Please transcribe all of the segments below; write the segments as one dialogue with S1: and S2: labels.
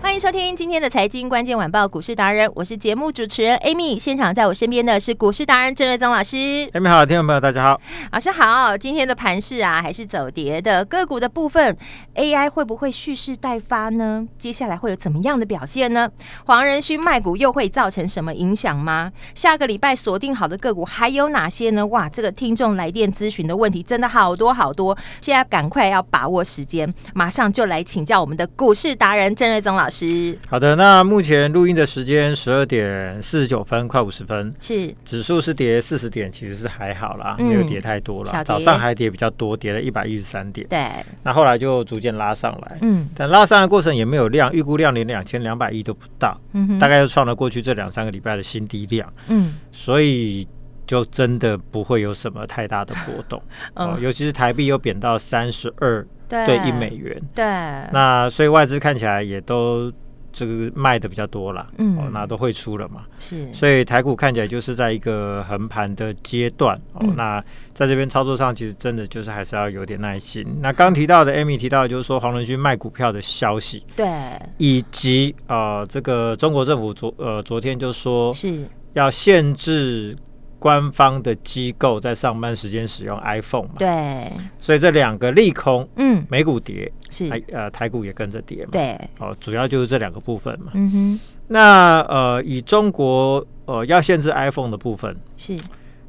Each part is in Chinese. S1: 欢迎收听今天的财经关键晚报股市达人，我是节目主持人 Amy。现场在我身边的是股市达人郑瑞宗老 师，
S2: 哎，你好，听众朋友，大家好。
S1: 老师好。今天的盘市啊，还是走跌的，个股的部分，AI 会不会蓄势待发呢？接下来会有怎么样的表现呢？黄仁勋卖股又会造成什么影响吗？下个礼拜锁定好的个股还有哪些呢？哇，这个听众来电咨询的问题真的好多好多，现在赶快要把握时间，马上就来请教我们的股市达人郑瑞宗老师。
S2: 好的，那目前录音的时间十二点四十九分，快五十分，
S1: 是
S2: 指数是跌四十点，其实是还好啦，
S1: 嗯
S2: 没有跌太多
S1: 小跌
S2: 了。早上还跌比较多，跌了一百一十三点，
S1: 对，
S2: 那后来就逐渐拉上来。
S1: 嗯
S2: 但拉上来的过程也没有量，预估量连两千两百亿都不到，
S1: 嗯哼
S2: 大概又创了过去这两三个礼拜的新低量，
S1: 嗯
S2: 所以就真的不会有什么太大的波动。哦，
S1: 嗯，
S2: 尤其是台币又贬到三十二
S1: 对
S2: 对一美元，
S1: 对，
S2: 那所以外资看起来也都这个卖的比较多啦，
S1: 嗯
S2: 哦，那都会出了嘛，
S1: 是
S2: 所以台股看起来就是在一个横盘的阶段哦。
S1: 嗯
S2: 那在这边操作上，其实真的就是还是要有点耐心。那刚提到的 Amy 提到，就是说黄仁勋卖股票的消息，
S1: 对
S2: 以及呃，这个中国政府昨呃昨天就说
S1: 是
S2: 要限制。官方的机构在上班时间使用 iPhone 嘛，
S1: 对，
S2: 所以这两个利空，
S1: 嗯
S2: 美股跌，
S1: 是
S2: 台呃台股也跟着跌嘛。
S1: 对，
S2: 哦，主要就是这两个部分嘛。
S1: 嗯哼
S2: 那呃，以中国呃要限制 iPhone 的部分，
S1: 是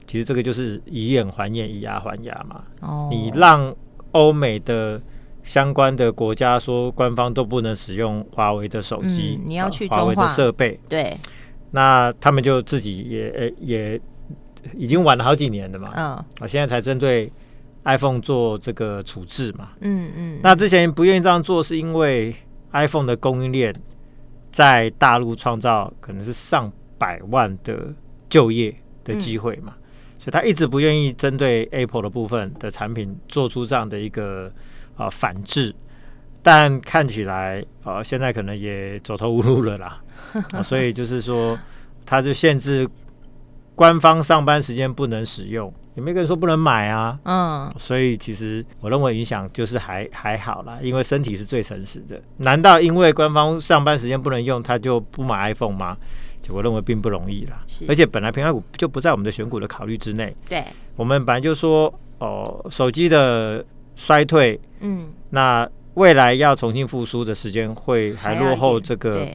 S2: 其实这个就是以眼还眼，以牙还牙嘛。
S1: 哦，
S2: 你让欧美的相关的国家说官方都不能使用华为的手机，
S1: 嗯你要去
S2: 呃华为
S1: 中
S2: 的
S1: 化
S2: 设备，
S1: 对，
S2: 那他们就自己也呃也已经玩了好几年了嘛。啊、
S1: 嗯
S2: 现在才针对 iPhone 做这个处置嘛。
S1: 嗯嗯，
S2: 那之前不愿意这样做，是因为 iPhone 的供应链在大陆创造可能是上百万的就业的机会嘛，所以他一直不愿意针对 Apple 的部分的产品做出这样的一个啊、呃反制。但看起来，呃，现在可能也走投无路了啦，啊所以就是说，他就限制官方上班时间不能使用，也没有人说不能买啊，
S1: 嗯
S2: 所以其实我认为影响就是还还好啦，因为身体是最诚实的。难道因为官方上班时间不能用，他就不买 iPhone 吗？就我认为并不容易啦
S1: 是。
S2: 而且本来平安股就不在我们的选股的考虑之内，
S1: 对，
S2: 我们本来就说哦、手机的衰退，
S1: 嗯
S2: 那未来要重新复苏的时间会还落后这个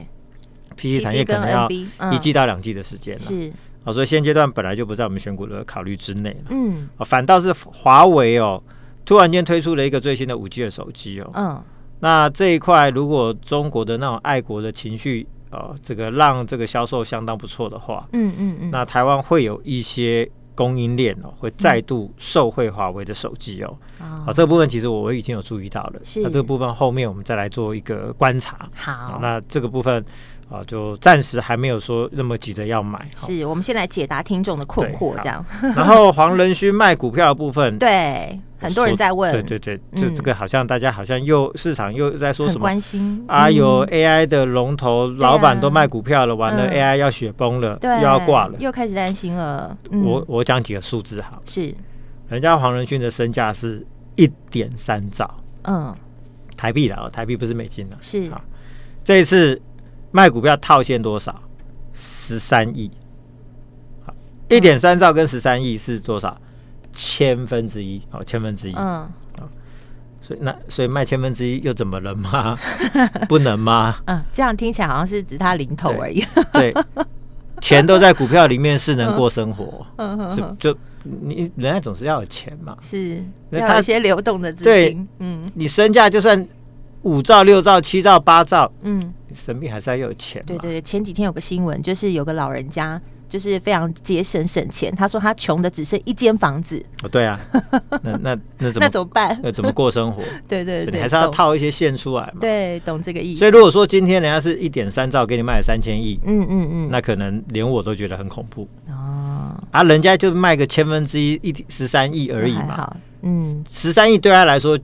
S2: PC 产业，可能要一季
S1: 季
S2: 到两季的时间了。
S1: 嗯是
S2: 哦，所以现阶段本来就不在我们选股的考虑之内了。
S1: 嗯
S2: 啊，反倒是华为哦，突然间推出了一个最新的五 G 的手机哦。
S1: 嗯
S2: 那这一块，如果中国的那种爱国的情绪，呃，这个让这个销售相当不错的话，
S1: 嗯嗯嗯，
S2: 那台湾会有一些供应链哦，会再度受惠华为的手机哦。
S1: 哦
S2: 好、这个部分其实我已经有注意到了。
S1: 是
S2: 那这个部分后面我们再来做一个观察。哦
S1: 好。
S2: 那这个部分啊、呃就暂时还没有说那么急着要买。哦
S1: 是我们先来解答听众的困惑，
S2: 对
S1: 这样
S2: 然后黄仁勋卖股票的部分，
S1: 对，很多人在问，
S2: 对对对，就
S1: 嗯
S2: 这个好像大家好像又市场又在说
S1: 很
S2: 什么。
S1: 关心
S2: 啊，有
S1: 嗯
S2: AI 的龙头老板都卖股票了，完了
S1: 嗯
S2: AI 要雪崩了，
S1: 对
S2: 又要挂了。
S1: 又开始担心了。嗯
S2: 我我讲几个数字哈，
S1: 是
S2: 人家黄仁勋的身价是一点三兆
S1: 嗯
S2: 台币了，台币不是美金了。
S1: 是
S2: 好这一次卖股票套现多少？十三亿。一点三兆跟十三亿是多少？千分之一哦，千分之一。
S1: 嗯
S2: 所以那所以卖千分之一又怎么了吗？ 不能吗？
S1: 嗯，这样听起来好像是只他零头 而已。
S2: 对，钱都在股票里面是能过生活，
S1: 嗯
S2: 就就你人家总是要有钱嘛。
S1: 是
S2: 那
S1: 要
S2: 他
S1: 有一些流动的资
S2: 对
S1: 金，嗯，
S2: 你身价就算五兆、六兆、七兆、八兆，
S1: 嗯，
S2: 神病还是要有钱嘛。
S1: 对对对，前几天有个新闻，就是有个老人家就是非常节省省钱，他说他穷的只剩一间房子，
S2: 哦对啊，那那那怎
S1: 那
S2: 么
S1: 怎么 办？
S2: 那怎么过生活？
S1: 对 对
S2: 你
S1: 对，
S2: 还是要
S1: 懂
S2: 套一些线出来嘛。
S1: 对，懂这个意思。
S2: 所以如果说今天人家是一点三兆给你卖三千亿，
S1: 嗯嗯嗯，
S2: 那可能连我都觉得很恐怖
S1: 哦，
S2: 啊！人家就卖个千分之一，一十三亿而已
S1: 那还
S2: 嘛，
S1: 好，嗯
S2: 十三亿对他来说，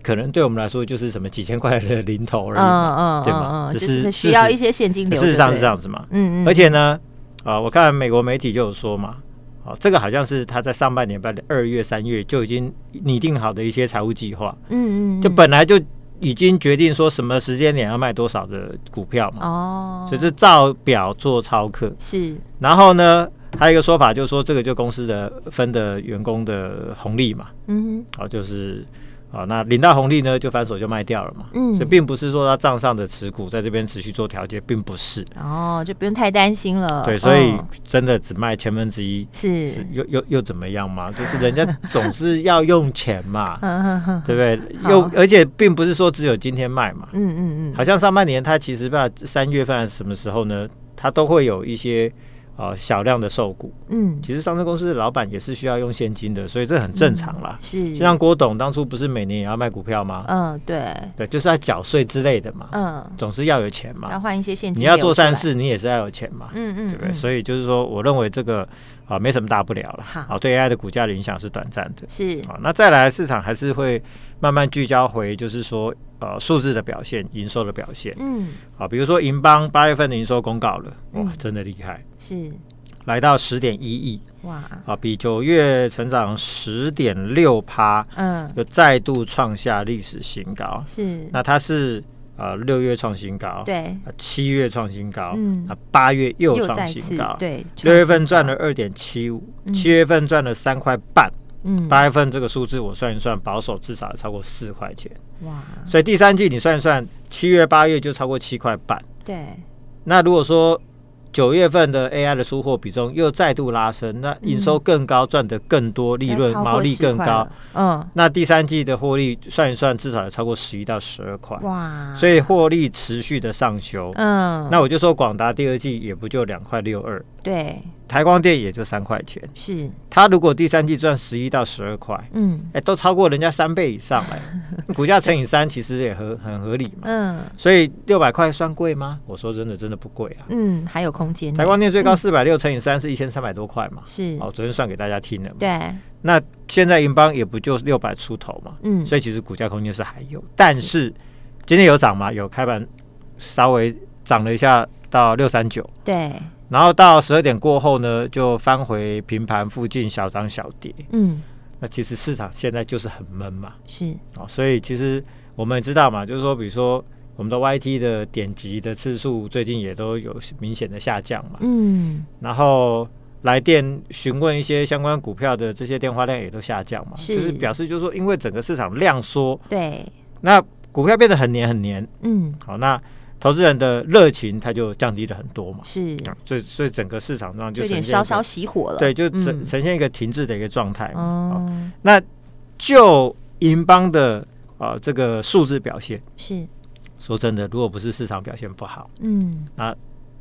S2: 可能对我们来说就是什么几千块的零头
S1: 嗯
S2: 而已嘛，
S1: 嗯
S2: 对
S1: 嗯
S2: 吗？
S1: 嗯，
S2: 只
S1: 就是
S2: 是
S1: 需要
S2: 事实
S1: 一些现金
S2: 可
S1: 流。
S2: 事实上
S1: 对不
S2: 是这
S1: 对
S2: 样，子嘛。
S1: 嗯嗯，
S2: 而且呢，啊，我看美国媒体就有说嘛，哦，这个好像是他在上半年、半年二月、三月就已经拟定好的一些财务计划，
S1: 嗯嗯，嗯
S2: 就本来就已经决定说什么时间点要卖多少的股票嘛，
S1: 哦，
S2: 所以这照表做操课。
S1: 是
S2: 然后呢，还有一个说法就是说，这个就公司的分的员工的红利嘛，
S1: 嗯
S2: 啊，就是啊，那领到红利呢，就反手就卖掉了嘛。
S1: 嗯
S2: 所以并不是说他账上的持股在这边持续做调节，并不是。
S1: 哼哦，就不用太担心了。
S2: 对，所以
S1: 嗯
S2: 真的只卖千分之一，是
S1: 是，
S2: 又又又怎么样嘛？就是人家总是要用钱嘛，
S1: 嗯哼哼
S2: 对不
S1: 好
S2: 对？又而且并不是说只有今天卖嘛，
S1: 嗯嗯嗯，
S2: 好像上半年它其实吧，三月份还是什么时候呢，它都会有一些呃小量的售股。
S1: 嗯
S2: 其实上市公司的老板也是需要用现金的，所以这很正常啦。
S1: 是，
S2: 就像郭董当初不是每年也要卖股票吗？
S1: 嗯对，
S2: 对，就是要缴税之类的嘛，
S1: 嗯，
S2: 总是要有钱嘛。
S1: 要换一些现金，
S2: 你要做善，事，你也是要有钱嘛，
S1: 嗯嗯，
S2: 对不对？
S1: 嗯
S2: 所以就是说，我认为这个啊、没什么大不了了。
S1: 好
S2: 啊，对 AI 的股价的影响是短暂的。
S1: 是
S2: 啊，那再来市场还是会慢慢聚焦回，就是说呃数字的表现、营收的表现
S1: 嗯
S2: 啊，比如说银邦八月份的营收公告了，哇
S1: 嗯，
S2: 真的厉害，
S1: 是
S2: 来到十点一亿
S1: 哇，
S2: 啊，比九月成长十点六趴，
S1: 嗯
S2: 又再度创下历史新高。
S1: 是，
S2: 那它是呃六月创新高，
S1: 对，
S2: 啊，七月创新高，
S1: 嗯
S2: 啊，八月又创
S1: 再
S2: 新
S1: 次
S2: 高，，
S1: 对，
S2: 六月份赚
S1: 创
S2: 了二点七五，
S1: 嗯
S2: 七月份赚了三块半，
S1: 新高，嗯
S2: 八月份这个数字我算一算，保守至少超过四块钱，
S1: 哇，
S2: 所以第三季你算一算，七月八月就超过七块半。
S1: 对，
S2: 那如果说九月份的 AI 的出货比重又再度拉升，那营收更高，赚得更多，利润
S1: 嗯要超过
S2: 毛利
S1: 10
S2: 更
S1: 块
S2: 高
S1: 了，，嗯
S2: 那第三季的获利算一算，至少也超过十一到十二块，
S1: 哇，
S2: 所
S1: 以
S2: 以获利持续的上修。
S1: 啊嗯，
S2: 那我就说广达第二季也不就两块六二，
S1: 对
S2: 台光电也就三块钱。
S1: 是，
S2: 它如果第三季赚十一到十二块，
S1: 嗯
S2: 哎、都超过人家三倍以上 了、股价乘以三其实也合很合理嘛。
S1: 嗯
S2: 所以六百块算贵吗？我说真的，真的不贵啊。
S1: 嗯，嗯还有空间呢，
S2: 台光电最高四百六乘以三是一千三百多块嘛。
S1: 是，
S2: 哦，昨天算给大家听了嘛。
S1: 对，
S2: 那现在银邦也不就六百出头嘛，
S1: 嗯
S2: 所以其实股价空间是还有，但是今天有涨嘛，有开盘稍微涨了一下到六三九，
S1: 对，
S2: 然后到十二点过后呢，就翻回平盘附近小涨小跌。
S1: 嗯
S2: 那其实市场现在就是很闷嘛，
S1: 是，
S2: 啊、所以其实我们也知道嘛，就是说，比如说我们的 YT 的点击的次数最近也都有明显的下降嘛，
S1: 嗯
S2: 然后来电询问一些相关股票的这些电话量也都下降嘛，
S1: 是
S2: 就是表示就是说，因为整个市场量缩，
S1: 对，
S2: 那股票变得很黏很黏，
S1: 嗯
S2: 好，那投资人的热情它就降低了很多嘛，
S1: 是，
S2: 啊所以所以整个市场上
S1: 就有
S2: 就
S1: 点
S2: 呈现一
S1: 稍
S2: 个
S1: 稍熄火了，
S2: 对，就呈
S1: 嗯
S2: 呈现一个停滞的一个状态嘛。哦
S1: 哦
S2: 那就银邦的啊、呃这个数字表现，
S1: 是，
S2: 说真的，如果不是市场表现不好，
S1: 嗯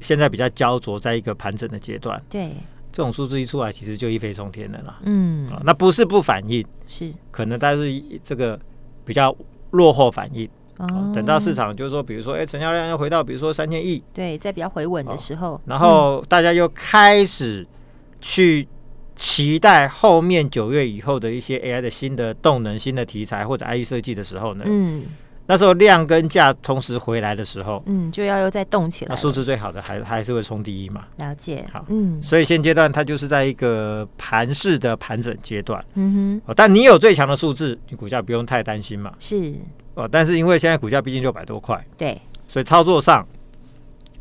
S2: 现在比较焦灼在一个盘整的阶段，
S1: 对，
S2: 这种数字一出来，其实就一飞冲天了啦。
S1: 嗯
S2: 啊，那不是不反应，
S1: 是，
S2: 可能但是这个比较落后反应。啊
S1: 哦
S2: 等到市场就是说，比如说，哎、成交量要回到比如说三千亿，
S1: 对在比较回稳的
S2: 哦
S1: 时候，
S2: 然后大家又开始去期待后面九月以后的一些 AI 的新的动能、新的题材或者 IE 设计的时候呢，
S1: 嗯
S2: 那时候量跟价同时回来的时候，
S1: 嗯就要又再动起来
S2: 那
S1: 了，
S2: 数字最好的还还是会冲第一嘛。
S1: 了解
S2: 好，
S1: 嗯
S2: 所以现阶段它就是在一个盘式的盘整阶段
S1: 嗯哼
S2: 哦，但你有最强的数字，你股价不用太担心嘛
S1: 是，
S2: 哦。但是因为现在股价毕竟六百多块，
S1: 对
S2: 所以操作上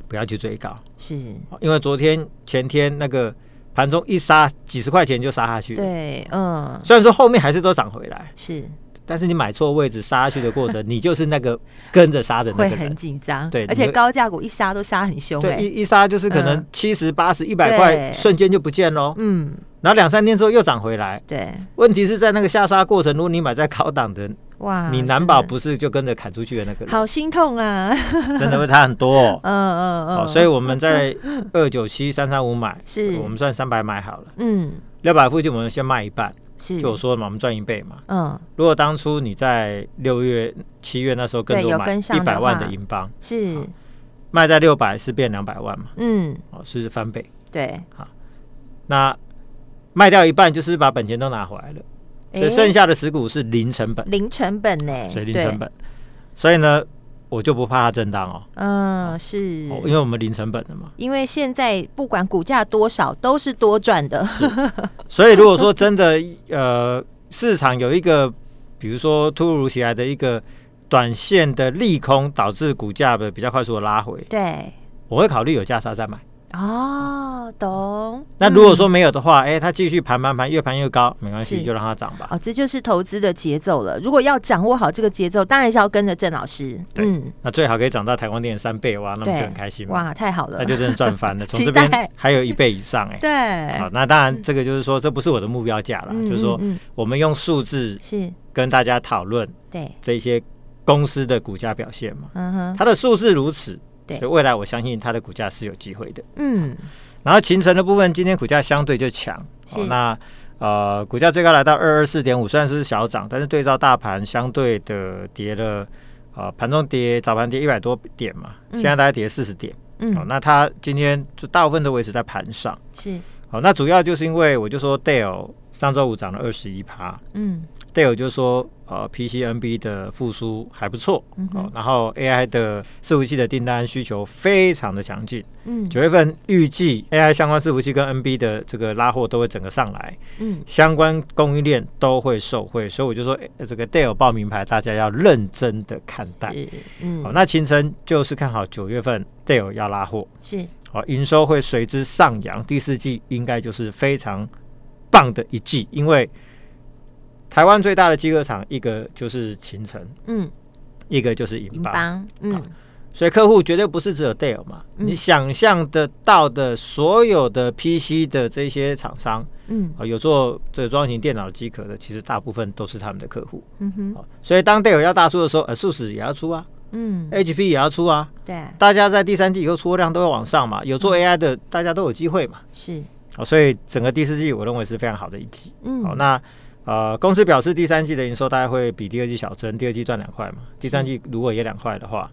S2: 不要去追高，
S1: 是。
S2: 哦因为昨天前天那个盘中一杀几十块钱就杀下去，，
S1: 对，嗯，
S2: 虽然说后面还是都涨回来，
S1: 是
S2: 但是你买错位置杀下去的过程，你就是那个跟着杀的那
S1: 会
S2: 个
S1: 很
S2: 人。
S1: 紧张，
S2: 对
S1: 而
S2: 你
S1: 且
S2: 会
S1: 高价股一杀都杀很凶，
S2: 对，
S1: 哎，
S2: 一一杀就是可能
S1: 嗯
S2: 七十、八十、一百
S1: 对
S2: 块，瞬间就不见喽。
S1: 嗯，
S2: 然后两三天之后又涨回来。
S1: 对，
S2: 问题是在那个下杀过程，如果你买在高档的，
S1: 哇
S2: 你难保
S1: 真的
S2: 不是就跟着砍出去的那个人，
S1: 好心痛啊！
S2: 真的会差很多、哦。
S1: 嗯嗯
S2: 哦，
S1: 嗯，
S2: 所以我们在二九七三三五买，
S1: 是
S2: 我们算三百买好了，
S1: 嗯
S2: 六百附近我们先卖一半，
S1: 是
S2: 就我说的嘛，我们赚一倍嘛。
S1: 嗯
S2: 如果当初你在六月、七月那时候跟着
S1: 对有
S2: 我买
S1: 跟上
S2: 一
S1: 的话
S2: 百万的银邦，
S1: 是
S2: 卖在六百是变两百万嘛，
S1: 嗯
S2: 哦，是翻倍。
S1: 对，
S2: 那卖掉一半就是把本钱都拿回来了，所以
S1: 诶
S2: 剩下的持股是零成本，
S1: 零成本呢，
S2: 所以零
S1: 对
S2: 成，本，所以呢，我就不怕它震荡哦，
S1: 嗯是。
S2: 哦因为我们零成本的嘛。
S1: 因为现在不管股价多少，都是多赚的。
S2: 所以如果说真的，呃，市场有一个，比如说突如其来的一个短线的利空，导致股价的比较快速的拉回，
S1: 对，
S2: 我会考虑有价差再买。
S1: 哦，懂。
S2: 那如果说没有的话，哎、它继续盘盘盘，越盘越高，没关系，
S1: 嗯是
S2: 就让它涨吧。
S1: 哦，这就是投资的节奏了。如果要掌握好这个节奏，当然是要跟着郑老师。嗯
S2: 对，那最好可以涨到台光电三倍哇，那我们就很开心嘛，
S1: 哇，太好了
S2: 那。就真的赚 翻了。从
S1: 期
S2: 这
S1: 待
S2: 边还有一倍以上哎、
S1: 对
S2: 好，，那当然，这个就是说，这不是我的目标价啦，
S1: 嗯
S2: 就是说
S1: 嗯嗯，
S2: 我们用数字
S1: 是，
S2: 跟大家讨论
S1: 对，
S2: 这些公司的股价表现嘛。
S1: 嗯哼，
S2: 它的数字如此，
S1: 对
S2: 所以未来我相信它的股价是有机会的。
S1: 嗯，
S2: 然后秦城的部分，今天股价相对就强，哦
S1: 是
S2: 那呃股价最高来到二二四点五，虽然是小涨，但是对照大盘相对的跌了，呃盘中跌早盘跌一百多点嘛，
S1: 嗯
S2: 现在大概跌四十点，哦，
S1: 嗯，
S2: 那它今天就大部分都维持在盘上，
S1: 是，
S2: 好、那主要就是因为我就说 Dell 上周五涨了二十一趴，
S1: 嗯，
S2: 队友就说，呃，PCNB 的复苏还不错、
S1: 嗯哼
S2: 哦，然后 AI 的伺服器的订单需求非常的强劲，
S1: 嗯，
S2: 九月份预计 AI 相关伺服器跟 NB 的这个拉货都会整个上来，
S1: 嗯，
S2: 相关供应链都会受惠，所以我就说，诶这个 d 友报名牌大家要认真的看待。
S1: 是，
S2: 好、
S1: 嗯，
S2: 那秦晨就是看好九月份 d 友要拉货，
S1: 是，
S2: 好、营收会随之上扬，第四季应该就是非常棒的一季，因为台湾最大的机壳厂一个就是秦城，
S1: 嗯，
S2: 一个就是银
S1: 银
S2: 邦，
S1: 邦，嗯，
S2: 所以客户绝对不是只有 Dell 嘛，
S1: 嗯
S2: 你想象得到的所有的 PC 的这些厂商，
S1: 嗯，
S2: 啊、有做这个装型电脑机壳的，其实大部分都是他们的客户，
S1: 嗯哼，
S2: 啊、所以当 Dell 要大出的时候，呃，数十也要出啊
S1: 嗯，
S2: ，HP 也要出啊，
S1: 对，
S2: 大家在第三季以后出货量都会往上嘛，有做
S1: 嗯
S2: AI 的大家都有机会嘛。
S1: 是，
S2: 好，哦所以整个第四季我认为是非常好的一季。
S1: 嗯，
S2: 好，那呃，公司表示第三季的营收大概会比第二季小增，第二季赚两块嘛，第三季如果也两块的话，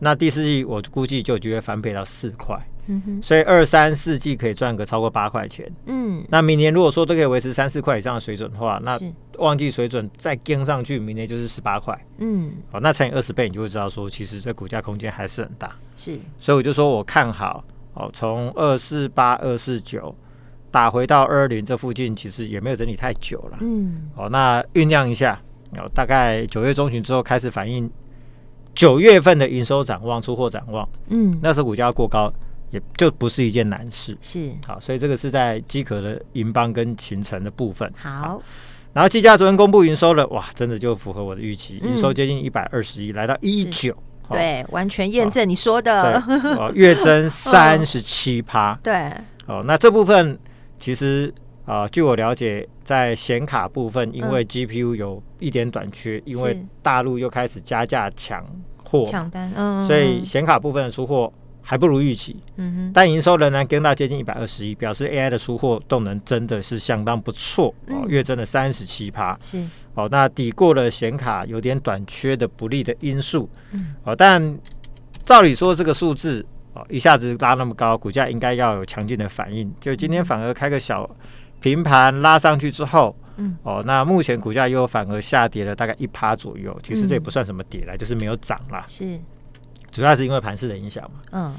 S2: 那第四季我估计就有机会翻倍到四块，
S1: 嗯哼，
S2: 所以二三四季可以赚个超过八块钱。
S1: 嗯，
S2: 那明年如果说都可以维持三四块以上的水准的话，那
S1: 是，
S2: 旺季水准再跟上去，明年就是十八块。
S1: 嗯，
S2: 好，那乘以二十倍，你就会知道说，其实这股价空间还是很大。
S1: 是，
S2: 所以我就说我看好哦，从二四八、二四九打回到二二零这附近，其实也没有整理太久了。
S1: 嗯，
S2: 哦，那酝酿一下，哦，大概九月中旬之后开始反映九月份的营收展望、出货展望，
S1: 嗯，
S2: 那时候股价要过高，也就不是一件难事。
S1: 是，
S2: 好，所以这个是在机壳的银邦跟秦城的部分。
S1: 好，
S2: 然后技嘉昨天公布营收了，哇，真的就符合我的预期，
S1: 嗯
S2: 营收接近一百二十亿，来到一九、哦，
S1: 对，完全验证你说的，
S2: 对，哦，月增三十七趴。
S1: 对，
S2: 哦，那这部分其实啊、呃据我了解，在显卡部分，因为 GPU 有一点短缺，因为
S1: 嗯是
S2: 大陆又开始加价抢货，
S1: 抢单，嗯，
S2: 所以显卡部分的出货还不如预期，
S1: 嗯
S2: 但营收仍然跟到接近一百二十亿，表示 AI 的出货动能真的是相当不错哦，
S1: 嗯
S2: 月增了三十七趴
S1: 哼，是，
S2: 哦，那抵过了显卡有点短缺的不利的因素，
S1: 嗯
S2: 哦，但照理说这个数字哦一下子拉那么高，股价应该要有强劲的反应，就今天反而开个小平盘拉上去之后，
S1: 嗯，
S2: 哦，那目前股价又反而下跌了大概一趴左右，其实
S1: 嗯
S2: 这也不算什么跌啦，就是没有涨啦，
S1: 是，
S2: 主要是因为盘势的影响嘛，
S1: 嗯，
S2: 啊，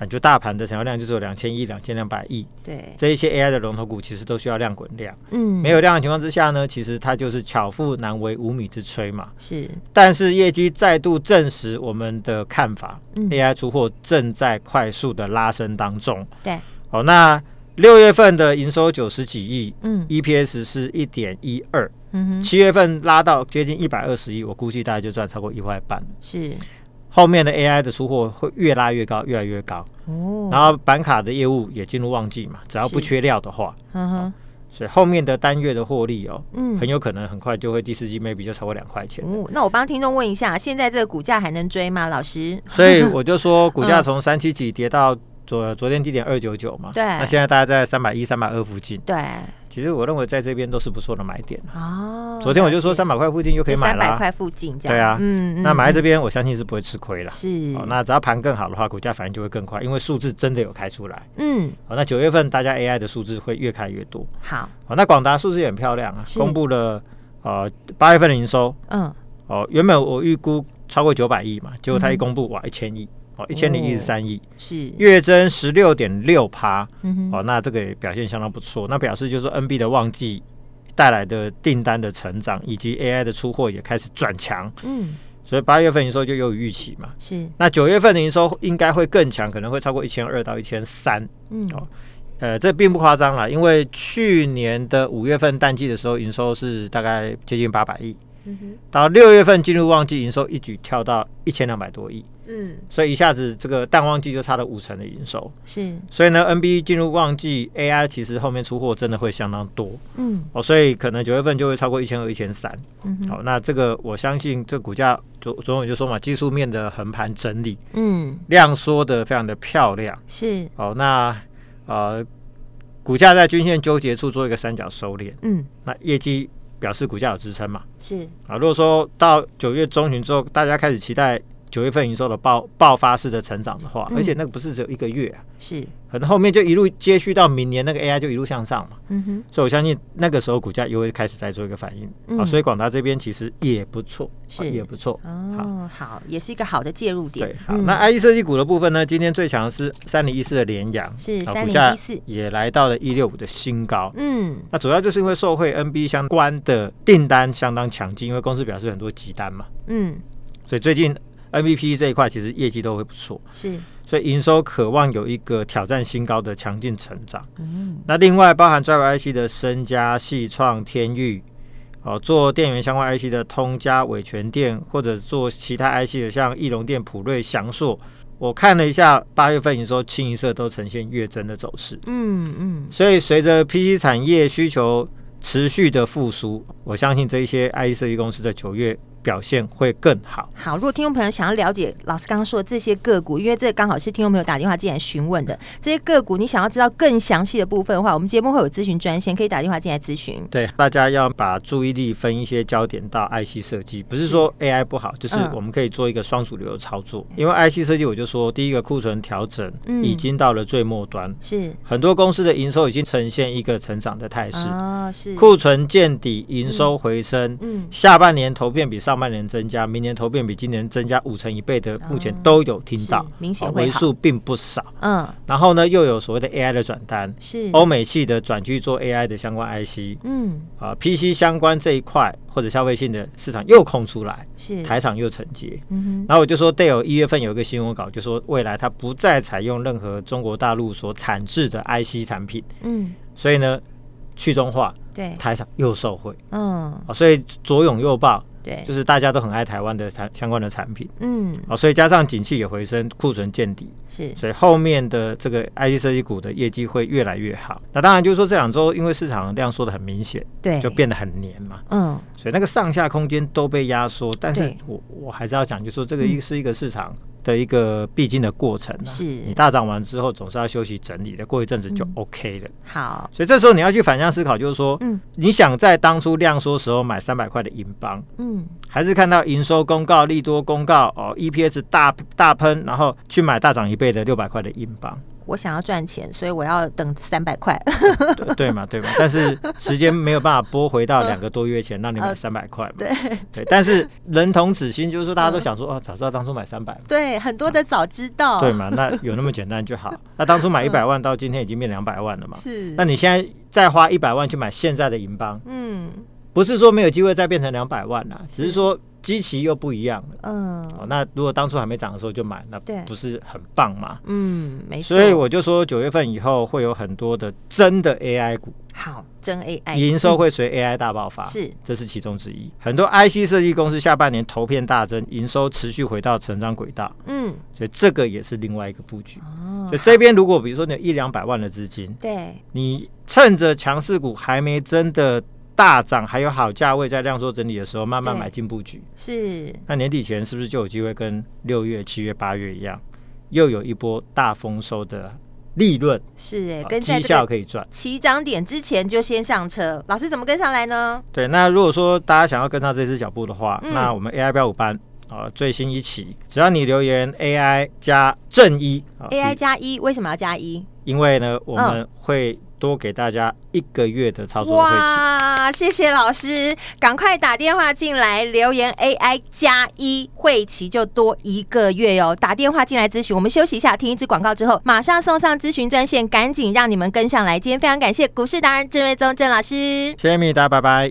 S2: 你就大盘的成交量就是有两千亿、两千两百亿，
S1: 对，
S2: 这一些 AI 的龙头股其实都需要量滚量，
S1: 嗯，
S2: 没有量的情况之下呢，其实它就是巧妇难为无米之炊嘛。
S1: 是，
S2: 但是业绩再度证实我们的看法、
S1: 嗯
S2: a i 出货正在快速的拉升当中。
S1: 对，
S2: 好，那六月份的营收九十几亿
S1: 嗯
S2: ，EPS 是一点一二，
S1: 嗯哼，
S2: 七月份拉到接近一百二十亿，我估计大概就赚超过一块半。
S1: 是，
S2: 后面的 AI 的出货会越拉越高，越来越高。
S1: 哦，
S2: 然后板卡的业务也进入旺季嘛，只要不
S1: 是
S2: 缺料的话，
S1: 嗯哼，
S2: 所以后面的单月的获利哦，
S1: 嗯
S2: 很有可能很快就会第四季 maybe 就超过两块钱了。
S1: 哦，那我帮听众问一下，现在这个股价还能追吗？老 师，
S2: 所以我就说，股价从三七几跌到昨昨天低点二九九嘛，
S1: 嗯对
S2: 那现在大概在三百一、三百二附近。
S1: 对，
S2: 其实我认为在这边都是不错的买点啊。
S1: 哦，
S2: 昨天我就说三百块附近就可以买
S1: 三百
S2: 啦，
S1: 块附近这样，
S2: 对啊
S1: 嗯
S2: 那买在这边我相信是不会吃亏啦。
S1: 是
S2: 哦，，那只要盘更好的话，股价反应就会更快，因为数字真的有开出来。
S1: 嗯，
S2: 好、那九月份大家 AI 的数字会越开越多。
S1: 好，
S2: 好、那广达数字也很漂亮啊，
S1: 是
S2: 公布了呃八月份的营收，
S1: 嗯，
S2: 哦，原本我预估超过九百亿嘛，结果它一公布、哇一千亿，哦一千零一十三亿，
S1: 是，
S2: 月增十六点六趴，
S1: 嗯哼，
S2: 哦，那这个也表现相当不错，那表示就是说 NB 的旺季带来的订单的成长，以及 AI 的出货也开始转强，
S1: 嗯，
S2: 所以八月份营收就优于预期嘛。
S1: 是，
S2: 那九月份的营收应该会更强，可能会超过一千二到一千三。
S1: 嗯，
S2: 哦呃，这并不夸张啦，因为去年的五月份淡季的时候，营收是大概接近八百亿，
S1: 嗯哼，
S2: 到六月份进入旺季，营收一举跳到一千两百多亿，
S1: 嗯，
S2: 所以一下子这个淡旺季就差了五成的营收。
S1: 是，
S2: 所以呢，NB 进入旺季，AI 其实后面出货真的会相当多
S1: 嗯，
S2: 哦，所以可能九月份就会超过一千二、一千三。
S1: 嗯哼，
S2: 好，那这个我相信这股价昨昨天我就说嘛，技术面的横盘整理，
S1: 嗯，
S2: 量缩的非常的漂亮。
S1: 是，
S2: 好，那呃，股价在均线纠结处做一个三角收敛，
S1: 嗯，
S2: 那业绩表示股价有支撑嘛？
S1: 是，
S2: 啊，如果说到九月中旬之后，大家开始期待九月份营收的爆爆发式的成长的话，
S1: 嗯
S2: 而且那个不是只有一个月、啊，
S1: 是，
S2: 可能后面就一路接续到明年那个 AI 就一路向上嘛，
S1: 嗯哼，
S2: 所以我相信那个时候股价又会开始再做一个反应。啊，
S1: 嗯
S2: 所以广达这边其实也不错，
S1: 是
S2: 啊也不错。
S1: 哦，好，也是一个好的介入点，
S2: 对，好，
S1: 嗯
S2: 那 IE 设计股的部分呢，今天最强的是三零一四的联阳，
S1: 是
S2: 啊
S1: 3014
S2: 股价也来到了一六五的新高。
S1: 嗯，
S2: 那主要就是因为受惠 NB 相关的订单相当强劲，因为公司表示很多急单嘛，
S1: 嗯，
S2: 所以最近 MVP 这一块其实业绩都会不错，
S1: 是，
S2: 所以营收渴望有一个挑战新高的强劲成长。
S1: 嗯，
S2: 那另外包含 Drive IC 的身家、系创、天域，哦，做电源相关 IC 的通家、伟全电，或者做其他 IC 的像翼龙电、普瑞、翔硕，我看了一下八月份营收，清一色都呈现月增的走势。
S1: 嗯，嗯，
S2: 所以随着 PC 产业需求持续的复苏，我相信这一些 IC 设计公司的九月表现会更好。
S1: 好，如果听众朋友想要了解老师刚刚说的这些个股，因为这刚好是听众朋友打电话进来询问的这些个股，你想要知道更详细的部分的话，我们节目会有咨询专线，可以打电话进来咨询。
S2: 对，大家要把注意力分一些焦点到 IC 设计，不是说 AI 不好，就是
S1: 嗯
S2: 我们可以做一个双主流的操作。因为 IC 设计，我就说第一个库存调整
S1: 嗯
S2: 已经到了最末端，
S1: 是
S2: 很多公司的营收已经呈现一个成长的态势，
S1: 啊、是
S2: 库存见底，营收回升。
S1: 嗯
S2: 下半年投片比上半年增加，明年投片比今年增加五成一倍的，目前都有听到
S1: 啊是，明显
S2: 哦
S1: 会
S2: 为
S1: 好
S2: 数并不少。
S1: 嗯
S2: 然后呢，又有所谓的 AI 的转单，
S1: 是
S2: 欧美系的转去做 AI 的相关 IC，
S1: 嗯
S2: 啊，PC 相关这一块或者消费性的市场又空出来，
S1: 是
S2: 台厂又承接。
S1: 嗯
S2: 然后我就说，Dell 一月份有一个新闻稿，就说未来它不再采用任何中国大陆所产制的 IC 产品，
S1: 哼嗯
S2: 所以呢，去中化
S1: 对
S2: 台厂又受惠
S1: 嗯
S2: 啊，所以左拥右抱，
S1: 对
S2: 就是大家都很爱台湾的产相关的产品
S1: 嗯
S2: 啊，所以加上景气也回升，库存见底，
S1: 是
S2: 所以后面的这个 IC 设计股的业绩会越来越好。那当然就是说这两周因为市场量缩的很明显，
S1: 对
S2: 就变得很黏嘛。
S1: 嗯
S2: 所以那个上下空间都被压缩。但是
S1: 对嗯
S2: 我我还是要讲，就说这个一是一个市场的一个必经的过程、啊，
S1: 是嗯
S2: 你大涨完之后总是要休息整理的，过一阵子就 OK 了。
S1: 好
S2: 所以这时候你要去反向思考，就是说，
S1: 嗯
S2: 你想在当初量缩时候买三百块的银邦，
S1: 嗯
S2: 还是看到营收公告、利多公告哦，EPS 大大喷，然后去买大涨一倍的六百块的银邦，
S1: 我想要赚钱，所以我要等三百块。
S2: 对对嘛对嘛？但是时间没有办法拨回到两个多月前，让你买三百块嘛。
S1: 呃对
S2: 对，但是人同此心，就是说大家都想说，哦，早知道当初买三百，
S1: 对，很多的早知道，
S2: 对嘛？那有那么简单 就好。那当初买一百万，到今天已经变两百万了嘛？
S1: 是
S2: 那你现在再花一百万去买现在的银邦，
S1: 嗯
S2: 不是说没有机会再变成两百万啦，只是说基期又不一样了。哦
S1: 嗯，
S2: 那如果当初还没涨的时候就买，那
S1: 对
S2: 不是很棒嘛？
S1: 嗯没错，
S2: 所以我就说，九月份以后会有很多的真的 AI 股
S1: 好，真 AI
S2: 营收会随 AI 大爆发，
S1: 哎嗯是
S2: 这是其中之一。很多 IC 设计公司下半年投片大增，营收持续回到成长轨道，
S1: 嗯
S2: 所以这个也是另外一个布局。
S1: 哦
S2: 所，以这边如果比如说你有一两百万的资金，
S1: 对，
S2: 你趁着强势股还没真的大涨，还有好价位在量缩整理的时候，慢慢
S1: 对
S2: 买进布局，
S1: 是
S2: 那年底前是不是就有机会跟六月、七月、八月一样，又有一波大丰收的利润，
S1: 是哎、
S2: 啊
S1: 跟在
S2: 绩
S1: 这
S2: 效
S1: 个
S2: 可以赚？
S1: 起涨点之前就先上车，老师怎么跟上来呢？
S2: 对，那如果说大家想要跟上这次脚步的话，
S1: 嗯
S2: 那我们 AI 标五班啊、最新一期，只要你留言 AI 加正一、啊
S1: AI，
S2: 比
S1: 加一为什么要加一？
S2: 因为呢我
S1: 嗯
S2: 们会多给大家一个月的操作会期。
S1: 哇，谢谢老师，赶快打电话进来留言 AI 加一会期就多一个月哦。打电话进来咨询，我们休息一下，听一支广告之后，马上送上咨询专线，赶紧让你们跟上来。今天非常感谢股市达人郑瑞宗郑老师。
S2: 谢谢米达，拜拜。